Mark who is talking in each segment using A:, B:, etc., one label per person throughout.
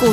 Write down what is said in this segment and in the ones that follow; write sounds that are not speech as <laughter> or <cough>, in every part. A: 股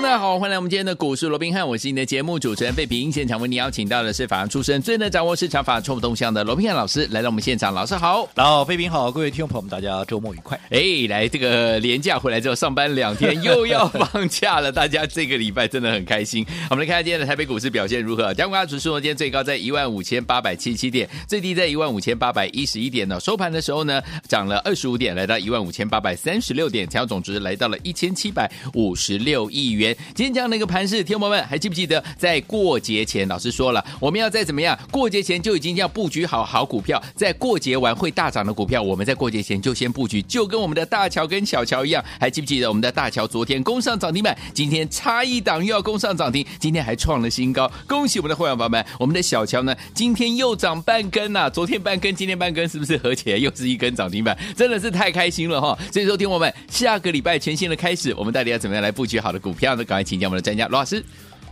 B: 众大家好，欢迎来我们今天的股市罗宾汉，我是你的节目主持人费平。现场为你邀请到的是法案出身、最能掌握市场法冲动向的罗宾汉老师，来到我们现场，老师好。
C: 然后，飞平好，各位听众朋友们，大家周末愉快。
B: <laughs> 哎，来这个连假回来之后，上班两天又要放假了，大家这个礼拜真的很开心。我们来看看今天的台北股市表现如何？啊加权指数呢，今天最高在一万五千八百七十七点，最低在一万五千八百一十一点呢。收盘的时候呢，涨了二十五点，来到一万五千八百三十六点，成交总值来到了一千七百五十六亿元。今天这样的一个盘势，听众朋友们还记不记得在过节前，老师说了，我们要在怎么样？过节前就已经要布局好好股票，在过节完会大涨的股票，我们在过节前就先布局，就跟我们的大乔跟小乔一样，还记不记得我们的大乔昨天攻上涨停板，今天差一档又要攻上涨停，今天还创了新高，恭喜我们的会员宝宝们！我们的小乔呢，今天又涨半根呐、昨天半根，今天半根，是不是合起来又是一根涨停板？真的是太开心了哈！所以说，听我们下个礼拜全新的开始，我们到底要怎么样来布局好的股票呢？赶快请教我们的专家罗老师。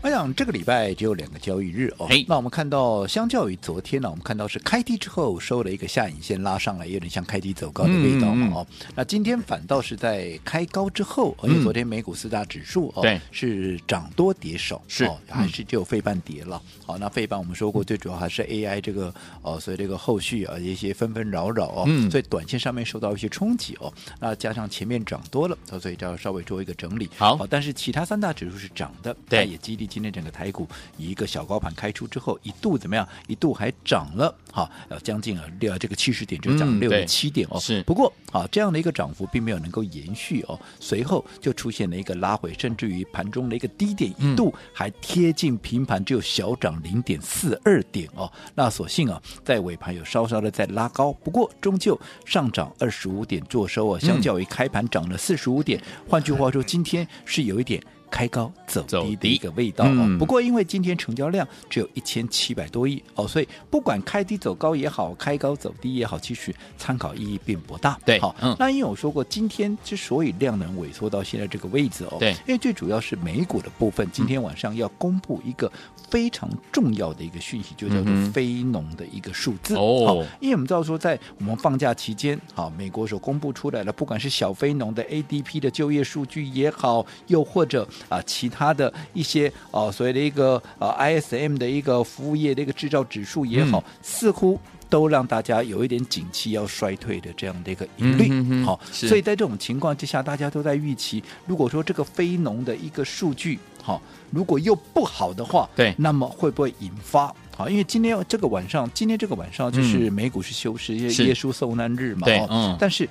C: 我想这个礼拜只有两个交易日哦
B: 嘿。
C: 那我们看到，相较于昨天呢，我们看到是开低之后收了一个下影线拉上来，有点像开低走高的味道
B: 嗯嗯嗯
C: 哦。那今天反倒是在开高之后，因为昨天美股四大指数哦
B: 对
C: 是涨多跌少，
B: 是
C: 哦还是嗯只有费半跌了。好，那费半我们说过，最主要还是 AI 这个哦，所以这个后续啊一些纷纷扰扰哦
B: 嗯，
C: 所以短线上面受到一些冲击哦。那加上前面涨多了，哦所以就要稍微做一个整理。
B: 好
C: 但是其他三大指数是涨的，
B: 对
C: 那也激励今天整个台股以一个小高盘开出之后，一度怎么样？一度还涨了，好，呃，将近啊六这个七十点就涨
B: 嗯
C: 六
B: 对
C: 十七点哦。
B: 是
C: 不过啊，这样的一个涨幅并没有能够延续哦，随后就出现了一个拉回，甚至于盘中的一个低点，
B: 嗯
C: 一度还贴近平盘，只有小涨零点四二点哦。那所幸啊，在尾盘有稍稍的在拉高，不过终究上涨二十五点做收啊，
B: 嗯
C: 相较于开盘涨了四十五点，换句
B: <laughs>
C: 话说，今天是有一点。开高走
B: 走
C: 低的
B: 低
C: 一个味道哦
B: 嗯，
C: 不过因为今天成交量只有一千七百多亿哦，所以不管开低走高也好，开高走低也好，其实参考意义并不大。
B: 对
C: 好，
B: 嗯
C: 那因为我说过，今天之所以量能萎缩到现在这个位置哦，
B: 对
C: 因为最主要是美股的部分，今天晚上要公布一个非常重要的一个讯息，就叫做
B: 嗯哼
C: 非农的一个数字
B: 哦
C: 好因为我们知道说，在我们放假期间，好，美国所公布出来的，不管是小非农的 ADP 的就业数据也好，又或者啊其他的一些啊所谓的一个啊 ISM 的一个服务业的一个制造指数也好，
B: 嗯
C: 似乎。都让大家有一点景气要衰退的这样的一个疑虑，
B: 嗯哼哼
C: 好，
B: 是
C: 所以在这种情况之下，大家都在预期，如果说这个非农的一个数据，好、如果又不好的话，
B: 对
C: 那么会不会引发？好，因为今天这个晚上，今天这个晚上就是美股是休市，因为
B: 嗯是
C: 耶稣受难日嘛，
B: 对
C: 哦
B: 嗯
C: 但是。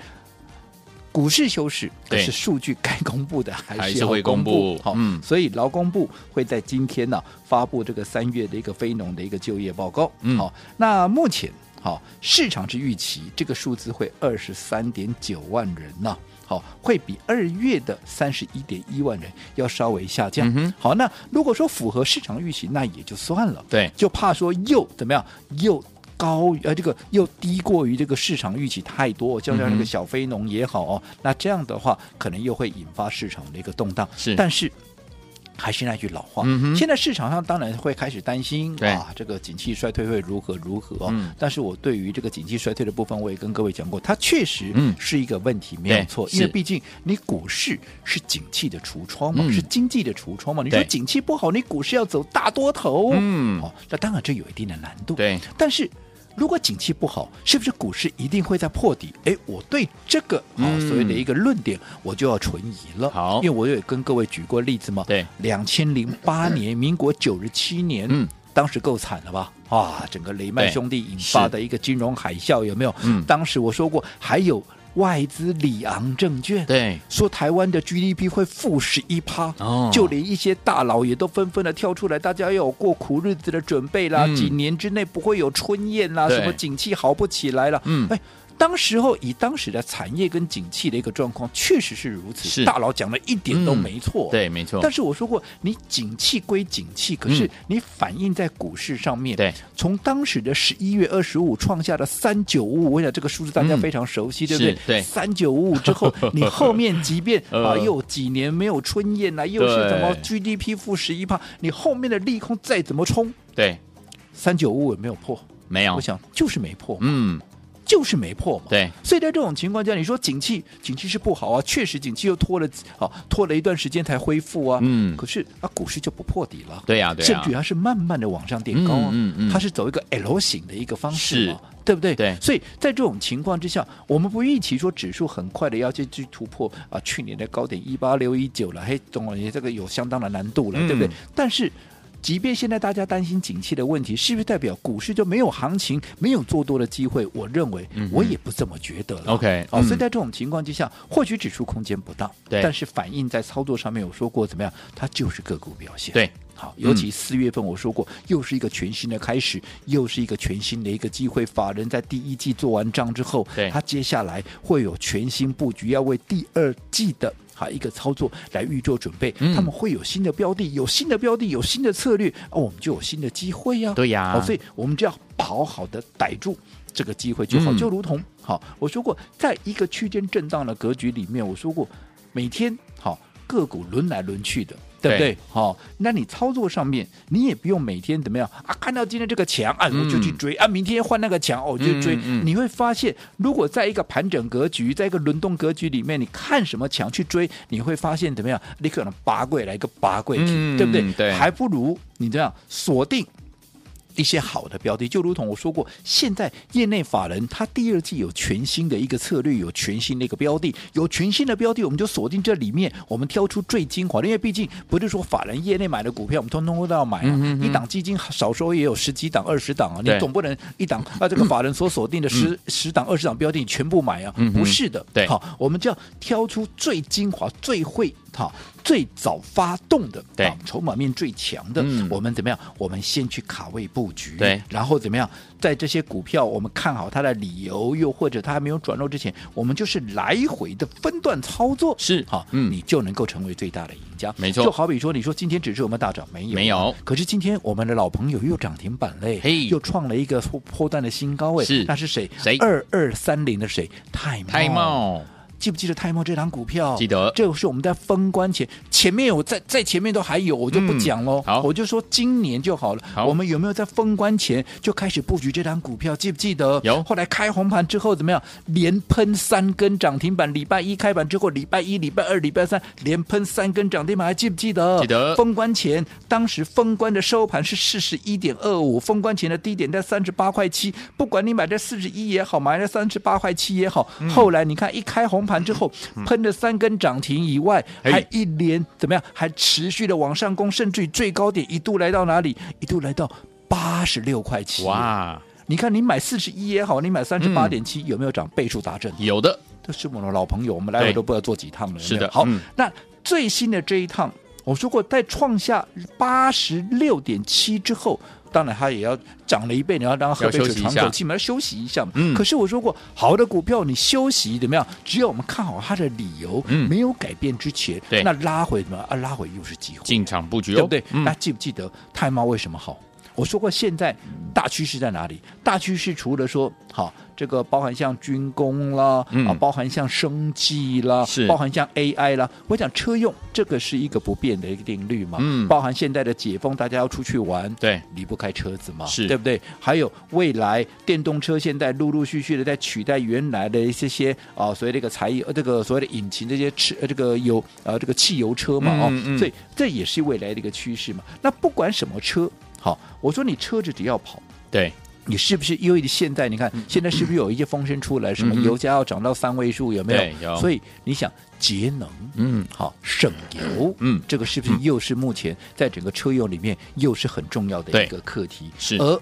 C: 股市休市，可
B: 对
C: 是数据该公布的还
B: 还
C: 是
B: 是
C: 要
B: 会公
C: 布
B: 布。
C: 好、
B: 嗯
C: 所以劳工部会在今天呢、发布这个三月的一个非农的一个就业报告。好、
B: 嗯
C: 那目前好、市场是预期这个数字会二十三点九万人呐，好，会比二月的三十一点一万人要稍微下降
B: 嗯。哼
C: 好，那如果说符合市场预期，那也就算了。
B: 对
C: 就怕说又怎么样又。高于呃，这个又低过于这个市场预期太多，就像那
B: 嗯哼
C: 个小非农也好哦，那这样的话可能又会引发市场的一个动荡。
B: 是
C: 但是还是那句老话，
B: 嗯哼
C: 现在市场上当然会开始担心
B: 对
C: 啊，这个景气衰退会如何如何、哦。
B: 嗯
C: 但是我对于这个景气衰退的部分，我也跟各位讲过，它确实
B: 嗯
C: 是一个问题，没有
B: 对
C: 错，
B: 是
C: 因为毕竟你股市是景气的橱窗嘛，
B: 嗯
C: 是经济的橱窗嘛。你
B: 对
C: 说景气不好，你股市要走大多头，
B: 嗯
C: 哦，那当然这有一定的难度，
B: 对。
C: 但是如果景气不好，是不是股市一定会在破底？哎，我对这个啊、
B: 嗯
C: 所谓的一个论点，我就要存疑了。
B: 好
C: 因为我有跟各位举过例子嘛。
B: 对，
C: 两千零八年，民国九十七年，
B: 嗯。
C: 当时够惨了吧？啊，整个雷曼
B: 对
C: 兄弟引发的一个金融海啸有没有？
B: 嗯
C: 当时我说过，还有外资里昂证券，
B: 对，
C: 说台湾的 GDP 会负十一趴
B: 哦，
C: 就连一些大佬也都纷纷的跳出来，大家要有过苦日子的准备啦，
B: 嗯
C: 几年之内不会有春宴啦，
B: 对
C: 什么景气好不起来了，
B: 嗯
C: 哎。当时候以当时的产业跟景气的一个状况，确实是如此。
B: 是嗯
C: 大佬讲的一点都没错。
B: 对，没错
C: 但，是我说过，你景气归景气，可是
B: 嗯
C: 你反映在股市上面。
B: 对，
C: 从当时的十一月二十五创下的三九五五，我想这个数字大家
B: 嗯
C: 非常熟悉，对不
B: 是
C: 对？
B: 对
C: 三九五五之后，你后面即
B: <laughs>
C: 便
B: 呃
C: 啊又有几年没有春宴呐、又是什么
B: 对
C: GDP 负十一帕，你后面的利空再怎么冲，
B: 对，
C: 三九五五也没有破。
B: 没有
C: 我，想就是没破嘛，
B: 嗯，
C: 就是没破嘛。
B: 对，
C: 所以在这种情况下，你说景气，景气是不好啊，确实景气又拖了啊，拖了一段时间才恢复啊。
B: 嗯
C: 可是啊，股市就不破底了，、
B: 对呀，对
C: 甚
B: 呀
C: 至，它是慢慢的往上垫高啊，
B: 嗯嗯嗯
C: 它是走一个 L 型的一个方式嘛
B: 是。
C: 对不对？
B: 对
C: 所以在这种情况之下，我们不预期说指数很快的要去去突破啊去年的高点一八六一九了，嘿，总而言之这个有相当的难度了，对不对
B: 嗯？
C: 但是。即便现在大家担心景气的问题，是不是代表股市就没有行情、没有做多的机会？我认为
B: 嗯哼
C: 我也不这么觉得了。
B: OK，
C: 哦，
B: 嗯
C: 所以在这种情况之下，或许指数空间不大，
B: 对
C: 但是反映在操作上面，我说过怎么样，它就是个股表现。
B: 对，
C: 好，尤
B: 嗯
C: 其四月份我说过，又是一个全新的开始，又是一个全新的一个机会。法人在第一季做完账之后
B: 对，
C: 他接下来会有全新布局，要为第二季的。啊，一个操作来预做准备，
B: 嗯
C: 他们会有新的标的，有新的标的，有新的策略，啊，我们就有新的机会呀、
B: 对呀
C: 好，所以我们就要好好的逮住这个机会就好，
B: 嗯
C: 就如同好，我说过，在一个区间震荡的格局里面，我说过，每天好个股轮来轮去的。对不
B: 对
C: 对？好、那你操作上面，你也不用每天怎么样啊？看到今天这个强，啊，我就去
B: 嗯
C: 追、啊；明天换那个强，哦，我就追。
B: 嗯嗯嗯
C: 你会发现，如果在一个盘整格局，在一个轮动格局里面，你看什么强去追，你会发现怎么样？你可能拔贵来一个拔贵品，
B: 嗯
C: 对不对？
B: 对
C: 还不如你这样锁定一些好的标的，就如同我说过，现在业内法人他第二季有全新的一个策略，有全新的一个标的，有全新的标的，我们就锁定这里面，我们挑出最精华的，因为毕竟不是说法人业内买的股票，我们通通都要买啊，
B: 嗯哼哼
C: 一档基金少说也有十几档、二十档啊，你
B: 对
C: 总不能一档啊这个法人所锁定的十、十档、二十档标的你全部买啊，
B: 嗯哼
C: 不是的，
B: 对
C: 好，我们就要挑出最精华、最会好、最早发动的，
B: 对
C: 啊筹码面最强的，
B: 嗯
C: 我们怎么样？我们先去卡位布局，
B: 对
C: 然后怎么样？在这些股票我们看好它的理由，又或者它还没有转弱之前，我们就是来回的分段操作，
B: 是
C: 好，
B: 嗯
C: 你就能够成为最大的赢家，
B: 没错
C: 就好比说，你说今天指数有没有大涨？没有，啊
B: 没有。
C: 可是今天我们的老朋友又涨停板嘞，
B: 嘿
C: 又创了一个破破断的新高位，
B: 是
C: 那是谁？
B: 谁
C: 二二三零的谁？泰
B: 太茂，
C: 记不记得泰茂这档股票？
B: 记得
C: 这是我们在封关前，前面我在在前面都还有，我就不讲喽、
B: 嗯好
C: 我就说今年就好了。
B: 好
C: 我们有没有在封关前就开始布局这档股票？记不记得？
B: 有
C: 后来开红盘之后怎么样？连喷三根涨停板，礼拜一开盘之后，礼拜一、礼拜二、礼拜三连喷三根涨停板，还记不记得？
B: 记得
C: 封关前，当时封关的收盘是四十一点二五，封关前的低点在三十八块七。不管你买在四十一也好，买在三十八块七也好，
B: 嗯
C: 后来你看一开红盘之后，喷了三根涨停以外，
B: 嘿
C: 还一连怎么样？还持续的往上攻，甚至于最高点一度来到哪里？一度来到八十六块七。！
B: 哇，嗯
C: 你看你买四十一也好，你买三十八点七，有没有涨倍数达阵？
B: 有的，
C: 这是我们的老朋友，我们来
B: 对
C: 回都不知道做几趟了。有没有
B: 是的
C: 好，
B: 嗯
C: 那最新的这一趟，我说过，在创下八十六点七之后，当然它也要涨了一倍，你要让它喝杯
B: 要休
C: 水
B: 息一
C: 喘
B: 下
C: 口气嘛，要休息一下嘛。
B: 嗯
C: 可是我说过，好的股票你休息怎么样？只有我们看好它的理由、
B: 嗯
C: 没有改变之前，
B: 对
C: 那拉回怎么样啊？拉回又是机会。
B: 进场布局哦，
C: 对不对？
B: 嗯
C: 那记不记得泰茂为什么好？我说过，现在大趋势在哪里？大趋势除了说好这个包含像军工啦，
B: 嗯
C: 啊，包含像生技啦，
B: 是
C: 包含像 AI 啦。我讲车用这个是一个不变的一个定律嘛，
B: 嗯
C: 包含现在的解封，大家要出去玩，
B: 对，
C: 离不开车子嘛，
B: 是
C: 对不对？还有未来电动车现在陆陆续续的在取代原来的这些啊、所谓的一个柴油、呃这个所谓的引擎这些吃呃这个油呃这个汽油车嘛，
B: 嗯嗯
C: 哦，所以这也是未来的一个趋势嘛。那不管什么车，好，我说你车子只要跑。
B: 对，
C: 你是不是因为现在你看，现在是不是有一些风声出来，什么
B: 嗯嗯哼
C: 油价要涨到三位数，有没
B: 对
C: 有？
B: 有
C: 所以你想节能，
B: 嗯，
C: 好省油，
B: 嗯
C: 这个是不是又是目前在整个车用里面又是很重要的
B: 对
C: 一个课题？
B: 是
C: 而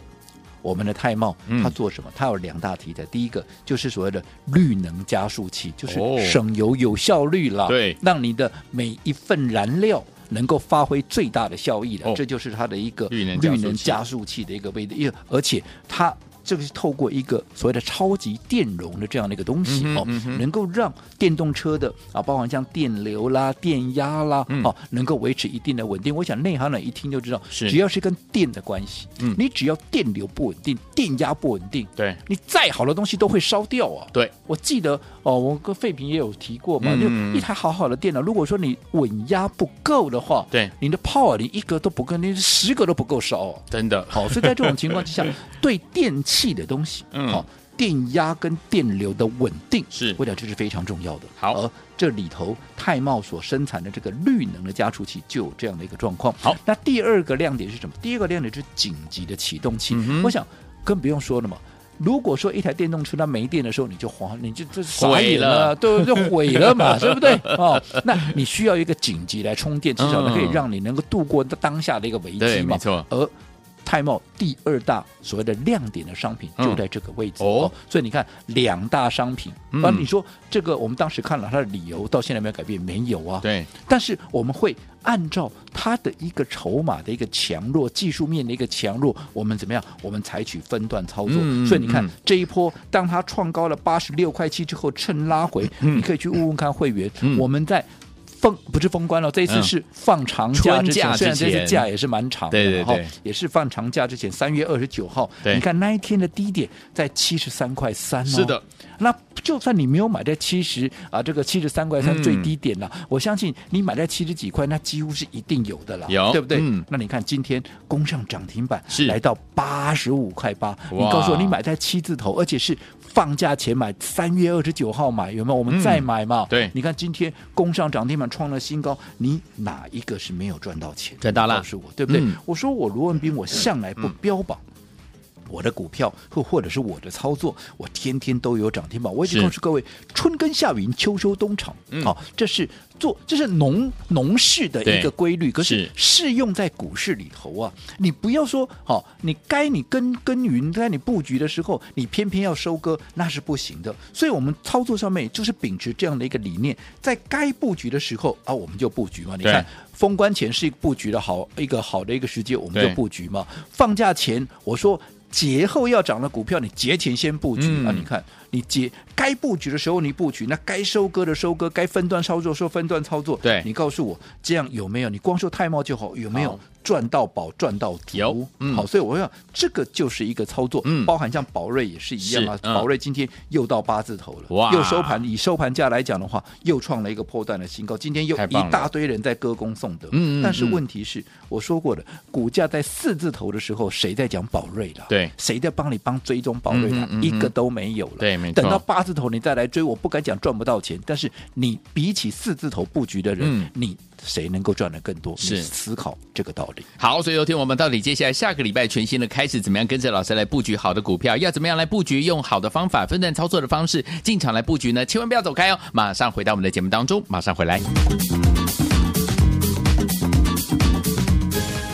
C: 我们的泰茂
B: 嗯，
C: 它做什么？它有两大题材，第一个就是所谓的绿能加速器，就是
B: 哦
C: 省油有效率了，
B: 对
C: 让你的每一份燃料。能够发挥最大的效益的，
B: 哦
C: 这就是它的一个
B: 绿能加速器
C: 绿能加速器的一个位置，因为而且它这个是透过一个所谓的超级电容的这样的一个东西
B: 嗯哼
C: 哦
B: 嗯哼，
C: 能够让电动车的啊，包含像电流啦、电压啦
B: 嗯，
C: 哦，能够维持一定的稳定。我想内行人一听就知道，
B: 是
C: 只要是跟电的关系
B: 嗯，
C: 你只要电流不稳定、电压不稳定，
B: 对
C: 你再好的东西都会烧掉啊。
B: 对，
C: 我记得哦，我跟废品也有提过嘛，就
B: 嗯嗯嗯
C: 一台好好的电脑，如果说你稳压不够的话，
B: 对，
C: 你的 power 你一个都不够，你十个都不够烧、哦。
B: 真的
C: 好，所以在这种情况之下，对电器的东西，
B: 嗯
C: 好、电压跟电流的稳定
B: 是
C: 我想这是非常重要的。
B: 好
C: 而这里头泰茂所生产的这个绿能的加速器就有这样的一个状况。
B: 好，
C: 那第二个亮点是什么？第二个亮点就是紧急的启动器。
B: 嗯哼
C: 我想更不用说了嘛。如果说一台电动车它没电的时候，你就慌，你就这傻
B: 毁
C: 眼
B: 了
C: 了，对，就毁了
B: <laughs>
C: 嘛，对不对？哦，那你需要一个紧急来充电，至少呢可以
B: 嗯
C: 让你能够度过当下的一个危
B: 对
C: 机嘛。
B: 没错
C: 而泰茂第二大所谓的亮点的商品就在这个位置、
B: 嗯哦
C: 所以你看两大商品，
B: 嗯
C: 啊，你说这个我们当时看了它的理由，到现在没有改变，没有啊，
B: 对，
C: 但是我们会按照它的一个筹码的一个强弱、技术面的一个强弱，我们怎么样？我们采取分段操作。
B: 嗯
C: 所以你看、
B: 嗯
C: 这一波，当它创高了八十六块七之后，趁拉回，你可以去问问看会员，
B: 嗯
C: 我们在。封不是封关哦了，这一次
B: 嗯
C: 是放长假
B: 春
C: 之前，
B: 假之
C: 虽然这次
B: 前
C: 假也是蛮长的，
B: 对对
C: 然后
B: 对
C: 也是放长假之前，三月二十九号，
B: 对
C: 你看那一天的低点在七十三块三、哦，
B: 是的，
C: 那就算你没有买在七十啊，这个七十三块三
B: 嗯
C: 最低点了，我相信你买在七十几块，那几乎是一定有的了，
B: 有
C: 对不对？
B: 嗯
C: 那你看今天攻上涨停板，
B: 是
C: 来到八十五块八，你
B: 哇
C: 告诉我你买在七字头，而且是放假前买，三月二十九号买，有没有？我们
B: 嗯
C: 再买嘛？
B: 对
C: 你看今天攻上涨停板创了新高，你哪一个是没有赚到钱？
B: 赚到啦
C: 告诉我，对不对？
B: 嗯
C: 我说我罗文斌，我向来不标榜。我的股票或或者是我的操作，我天天都有涨停板。我已经
B: 是
C: 告诉各位，春耕夏耘，秋收冬藏，好、
B: 嗯
C: 这是做这是农农事的
B: 对
C: 一个规律。可是
B: 是
C: 适用在股市里头啊，你不要说好、你该你耕耕耘，该你布局的时候，你偏偏要收割，那是不行的。所以我们操作上面就是秉持这样的一个理念，在该布局的时候啊，我们就布局嘛。你
B: 对
C: 看封关前是布局的好一个好的一个时间，我们
B: 对
C: 就布局嘛。放假前我说。节后要涨的股票，你节前先布局、啊！
B: 嗯
C: 你看，你节该布局的时候你布局，那该收割的收割，该分段操作的时候分段操作。
B: 对
C: 你告诉我这样有没有？你光说太茂就好，有没
B: 好
C: 有赚到宝赚到足？
B: 有嗯
C: 好，所以我想这个就是一个操作，
B: 嗯
C: 包含像宝瑞也是一样啊
B: 是。嗯
C: 宝瑞今天又到八字头了，
B: 哇
C: 又收盘以收盘价来讲的话，又创了一个破断的新高。今天又
B: 太
C: 一
B: 棒了
C: 大堆人在歌功颂德，
B: 嗯嗯
C: 但是
B: 嗯
C: 问题是，我说过的，股价在四字头的时候，谁在讲宝瑞的？
B: 对
C: 谁在帮你帮追踪宝瑞的？
B: 嗯哼嗯哼
C: 一个都没有了。
B: 对没错
C: 等到八字头你再来追，我不敢讲赚不到钱，但是你比起四字头布局的人，
B: 嗯
C: 你谁能够赚得更多？
B: 是
C: 你思考这个道理。
B: 好，所以有天我们到底接下来下个礼拜全新的开始，怎么样跟着老师来布局好的股票？要怎么样来布局？用好的方法、分段操作的方式进场来布局呢？千万不要走开哦！马上回到我们的节目当中，马上回来。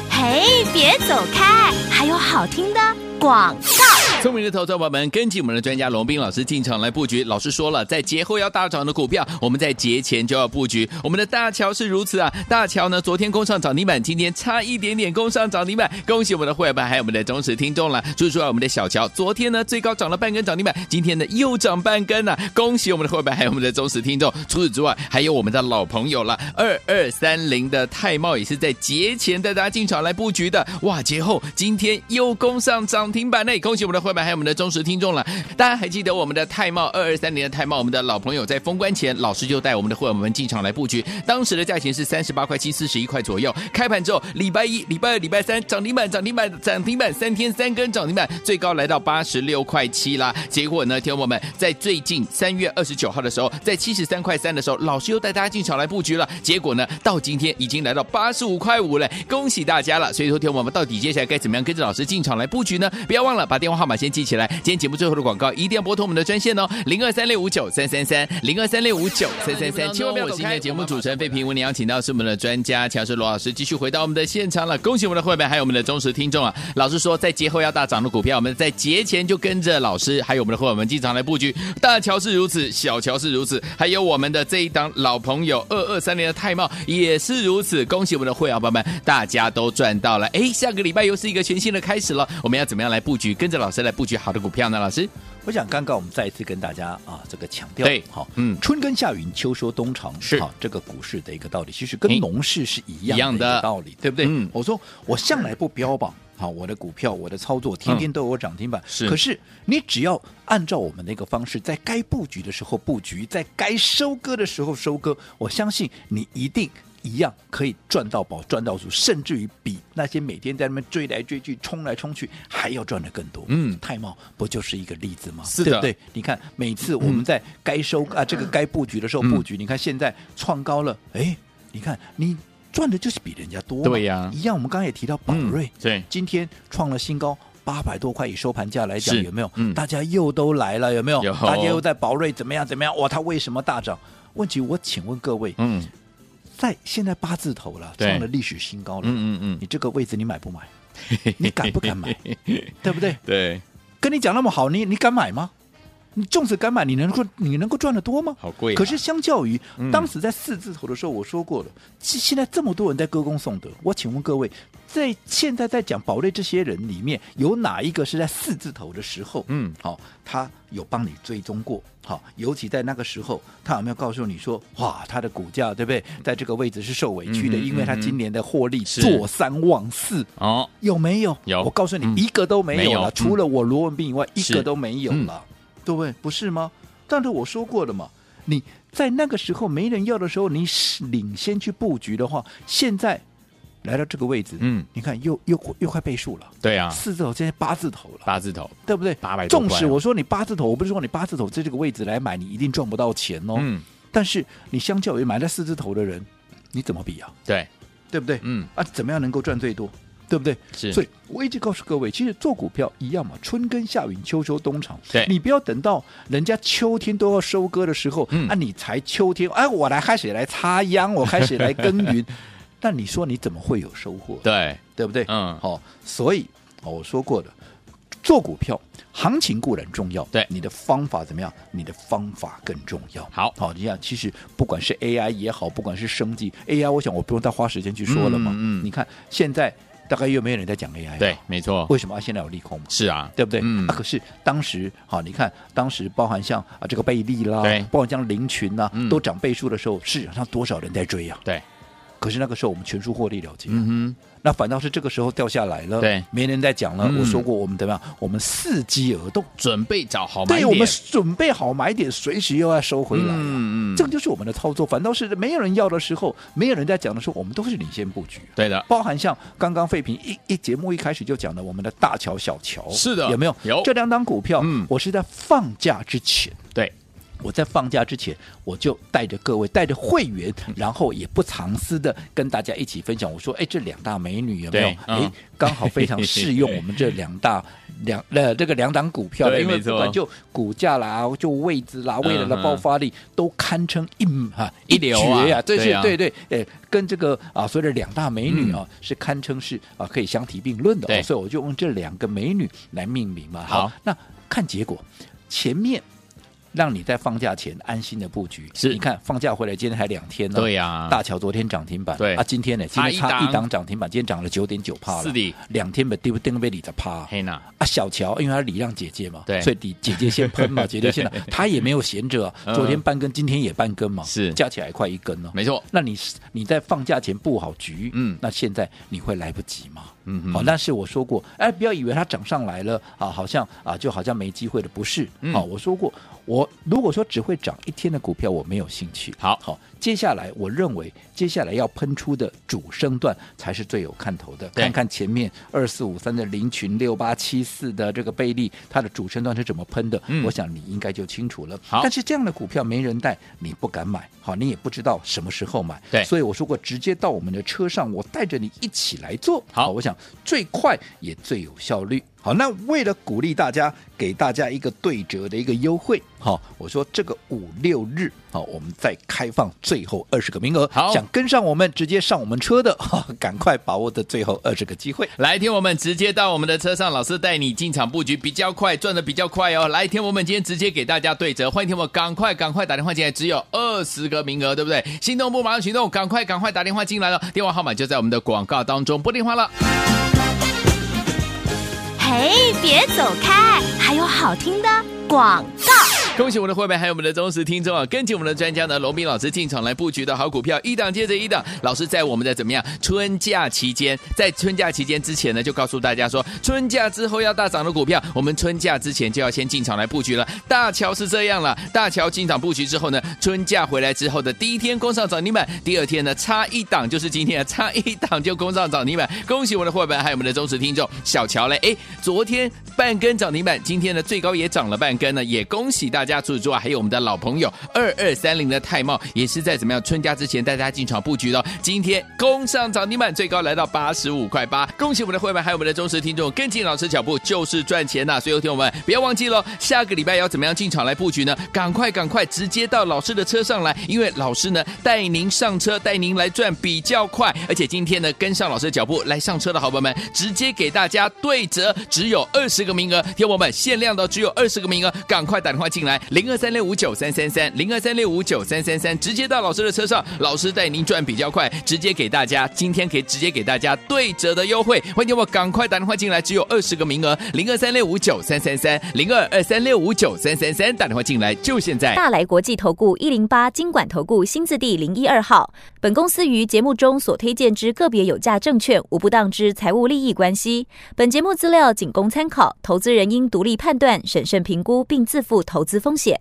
A: 嘿，别走开，还有好听的广告。
B: 聪明的投资者朋友们，跟紧我们的专家龙斌老师进场来布局。老师说了，在节后要大涨的股票，我们在节前就要布局。我们的大乔是如此啊，大乔呢，昨天攻上涨停板，今天差一点点攻上涨停板，恭喜我们的会员们，还有我们的忠实听众了。祝出来我们的小乔，昨天呢最高涨了半根涨停板，今天呢又涨半根了、恭喜我们的会员们，还有我们的忠实听众。除此之外，还有我们的老朋友了，二二三零的泰茂也是在节前带大家进场来布局的。哇，节后今天又攻上涨停板嘞！恭喜我们的会员，还有我们的忠实听众了。大家还记得我们的泰茂二二三零的泰茂，我们的老朋友在封关前，老师就带我们的会员们进场来布局，当时的价钱是三十八块七、四十一块左右。开盘之后，礼拜一、礼拜二、礼拜三涨停板、涨停板、涨停板，三天三根涨停板，最高来到八十六块七啦。结果呢，听我们在最近三月二十九号的时候，在七十三块三的时候，老师又带大家进场来布局了。结果呢，到今天已经来到八十五块五了，恭喜大家了。所以说，听我们到底接下来该怎么样跟着老师进场来布局呢？不要忘了把电话号码先记起来。今天节目最后的广告一定要拨通我们的专线哦，零二三六五九三三三，零二三六五九三三三。千万不哎要走开。我是今天的节目主持人费平，为您邀请到是我们的专家乔治罗老师，继续回到我们的现场了。恭喜我们的会员，还有我们的忠实听众啊！老师说，在节后要大涨的股票，我们在节前就跟着老师，还有我们的会员们经常来布局。大乔是如此，小乔是如此，还有我们的这一档老朋友二二三零的泰茂也是如此。恭喜我们的会员宝宝们，大家都赚到了。哎，下个礼拜又是一个全新的开始了，我们要怎么样来布局，跟着老师来布局好的股票呢？老师，
C: 我想刚刚我们再一次跟大家啊这个强调，
B: 对
C: 好，
B: 嗯
C: 春耕夏耘秋收冬藏
B: 是
C: 好这个股市的一个道理，其实跟
B: 诶
C: 农事是一
B: 一样
C: 样的一
B: 的
C: 个道理，对不对？
B: 嗯
C: 我说我向来不标榜。好，我的股票，我的操作，天天都有我涨停板。
B: 嗯是
C: 可是你只要按照我们的一个方式，在该布局的时候布局，在该收割的时候收割，我相信你一定一样可以赚到宝，赚到足，甚至于比那些每天在那边追来追去、冲来冲去还要赚的更多。
B: 嗯
C: 泰茂不就是一个例子吗？
B: 是
C: 对
B: 的
C: 不对？你看每次我们在该收、啊这个该布局的时候布
B: 嗯
C: 局，你看现在创高了，哎，你看你赚的就是比人家多嘛，
B: 对呀
C: 一样。我们刚刚也提到宝瑞，
B: 嗯对，
C: 今天创了新高。八百多块以收盘价来讲，
B: 是
C: 有没有？
B: 嗯
C: 大家又都来了，有没有？
B: 有
C: 大家又在宝瑞怎么样怎么样？哇，它为什么大涨？问题我请问各位，
B: 嗯
C: 在现在八字头了，
B: 对
C: 创了历史新高了，
B: 嗯嗯
C: 你这个位置你买
B: <laughs>
C: 不买？你敢不敢买？对不对
B: 嗯，？对，
C: 跟你讲那么好，你你敢买吗？你粽子敢买，你能够你能够赚得多吗？
B: 好贵啊
C: 可是相较于、
B: 嗯
C: 当时在四字头的时候，我说过了，现现在这么多人在歌功颂德，我请问各位，在现在在讲宝瑞这些人里面，有哪一个是在四字头的时候，
B: 嗯
C: 好、他有帮你追踪过，好、尤其在那个时候，他有没有告诉你说，哇，他的股价对不对，在这个位置是受委屈的，
B: 嗯哼
C: 因为
B: 嗯
C: 他
B: 哼
C: 今年的获利
B: 是
C: 坐三望四，
B: 哦，
C: 有没有？
B: 有
C: 我告诉你
B: 嗯，
C: 一个都没有
B: 没
C: 了
B: 有，嗯
C: 除了我罗文斌以外，一
B: 是嗯
C: 个都没有了，对不对？不是吗？但是我说过了嘛，你在那个时候没人要的时候，你是领先去布局的话，现在来到这个位置，
B: 嗯，
C: 你看又又又快倍数了，
B: 对啊，
C: 四字头现在八字头了。
B: 八字头，
C: 对不对？
B: 800多块啊
C: 纵使我说你八字头，我不是说你八字头在这个位置来买，你一定赚不到钱哦。
B: 嗯，
C: 但是你相较于买在四字头的人，你怎么比啊？
B: 对，
C: 对不对？
B: 嗯
C: 啊，怎么样能够赚最多？对不对？
B: 是
C: 所以我一直告诉各位，其实做股票一样嘛，春耕夏耘，秋收冬藏。
B: 对
C: 你不要等到人家秋天都要收割的时候，
B: 嗯
C: 啊，你才秋天，哎、我来开始来插秧，我开始来耕
B: <laughs>
C: 耘，那你说你怎么会有收获？
B: 对，
C: 对不对？
B: 嗯
C: 好、所以、哦我说过的，做股票行情固然重要，
B: 对
C: 你的方法怎么样？你的方法更重要。
B: 好
C: 好、你看，其实不管是 AI 也好，不管是生计 AI，我想我不用再花时间去说了嘛。
B: 嗯嗯
C: 你看现在大概又没有人在讲 AI，了
B: 对，，没错，
C: 为什么、啊、现在有利空嘛？
B: 是啊，
C: 对不对？
B: 嗯
C: 啊，可是当时好，你看当时包含像啊这个贝利啦
B: 对，
C: 包含像林群啦、
B: 嗯
C: 都涨倍数的时候，市场上多少人在追呀、
B: 对，
C: 可是那个时候我们全数获利了结、啊，
B: 嗯
C: 那反倒是这个时候掉下来了，
B: 对
C: 没人再讲了。
B: 嗯
C: 我说过，我们怎么样？我们伺机而动，
B: 哼，准备找好买
C: 对
B: 点，
C: 我们准备好买点，随时又要收回来啊、
B: 嗯嗯
C: 这个就是我们的操作。反倒是没有人要的时候，没有人在讲的时候，我们都是领先布局。
B: 对的，
C: 包含像刚刚费平一一节目一开始就讲的，我们的大乔、小乔，
B: 是的
C: 有没有？
B: 有
C: 这两档股票，
B: 嗯
C: 我是在放假之前，
B: 对，
C: 我在放假之前，我就带着各位，带着会员，
B: 嗯
C: 然后也不藏私的跟大家一起分享。我说，哎，这两大美女有没有
B: 对？
C: 哎、
B: 嗯
C: 刚好非常适用我们这两大两呃这个两档股票的，
B: 对
C: 因为
B: 没错
C: 不管就股价啦，就位置啦，未来的
B: 嗯嗯
C: 爆发力，都堪称一啊
B: 一流啊
C: 绝呀、这是
B: 对啊嗯
C: 对对，哎，跟这个啊所谓的两大美女啊、是堪称是啊可以相提并论的、
B: 对
C: 哦，所以我就用这两个美女来命名嘛。
B: 好
C: 那看结果，前面。让你在放假前安心的布局。
B: 是
C: 你看放假回来，今天还两天呢。
B: 对呀
C: 大乔昨天涨停板，
B: 对
C: 啊，今天呢，今
B: 差
C: 天
B: 一
C: 差
B: 档
C: 一档涨停板，今天涨了九点九帕了。
B: 是的，
C: 两天被丢定被你的趴。
B: 黑娜，
C: 啊，小乔，因为他礼让姐姐嘛，
B: 对
C: 所以你姐姐先喷
B: <laughs>
C: 嘛，姐姐先来，她也没有闲着啊、
B: 嗯
C: 昨天半根，今天也半根嘛，
B: 是
C: 加起来快一根哦呢、
B: 没错，
C: 那你是你在放假前布好局，
B: 嗯
C: 那现在你会来不及吗？
B: 嗯哼
C: 好、但是我说过，哎，不要以为它涨上来了啊，好像啊，就好像没机会了，不是？好、
B: 嗯
C: 我说过，我如果说只会涨一天的股票，我没有兴趣。
B: 好
C: 好，接下来我认为接下来要喷出的主升段才是最有看头的。
B: 对
C: 看看前面二四五三的林群、六八七四的这个贝利，它的主升段是怎么喷的？
B: 嗯
C: 我想你应该就清楚了。
B: 好
C: 但是这样的股票没人带，你不敢买，好，你也不知道什么时候买。
B: 对
C: 所以我说过，直接到我们的车上，我带着你一起来做。
B: 好
C: 我想最快也最有效率。好，那为了鼓励大家，给大家一个对折的一个优惠，好，我说这个五六日，好，我们再开放最后二十个名额。
B: 好
C: 想跟上我们，直接上我们车的，哈，赶快把握的最后二十个机会。
B: 来，天我们直接到我们的车上，老师带你进场布局比较快，赚的比较快哦。来，天我们今天直接给大家对折，欢迎天我们赶快赶快打电话进来，只有二十个名额，对不对？心动不马上行动，赶快赶快打电话进来了，电话号码就在我们的广告当中，拨电话了。
A: 嘿，别走开，还有好听的广告。
B: <laughs> 恭喜我们的会员，还有我们的忠实听众啊！跟紧我们的专家呢，龙斌老师进场来布局的好股票，一档接着一档。老师在我们的怎么样？春假期间，在春假期间之前呢，就告诉大家说，春假之后要大涨的股票，我们春假之前就要先进场来布局了。大乔是这样了，大乔进场布局之后呢，春假回来之后的第一天攻上涨停板，第二天呢差一档就是今天啊，差一档就攻上涨停板。恭喜我们的会员，还有我们的忠实听众小乔嘞！哎，昨天半根涨停板，今天呢最高也涨了半根呢，也恭喜大家。除此之外，还有我们的老朋友二二三零的泰茂，也是在怎么样春假之前带大家进场布局的哦。今天攻上涨停板，最高来到八十五块八。恭喜我们的会员，还有我们的忠实听众，跟进老师脚步就是赚钱呐、所以有听我们不要忘记喽，下个礼拜要怎么样进场来布局呢？赶快赶快，直接到老师的车上来，因为老师呢带您上车，带您来赚比较快。而且今天呢跟上老师的脚步来上车的好朋友们，直接给大家对折，只有二十个名额，听我们限量的只有二十个名额，赶快打电话进来，零二三六五九三三三，零二三六五九三三三，直接到老师的车上，老师带您赚比较快，直接给大家今天可以直接给大家对折的优惠，欢迎我赶快打电话进来，只有二十个名额，零二三六五九三三三，零二二三六五九三三三，打电话进来就现在。
D: 大来国际投顾一零八金管投顾新字第零一二号。本公司于节目中所推荐之个别有价证券，无不当之财务利益关系。本节目资料仅供参考，投资人应独立判断、审慎评估，并自负投资风险。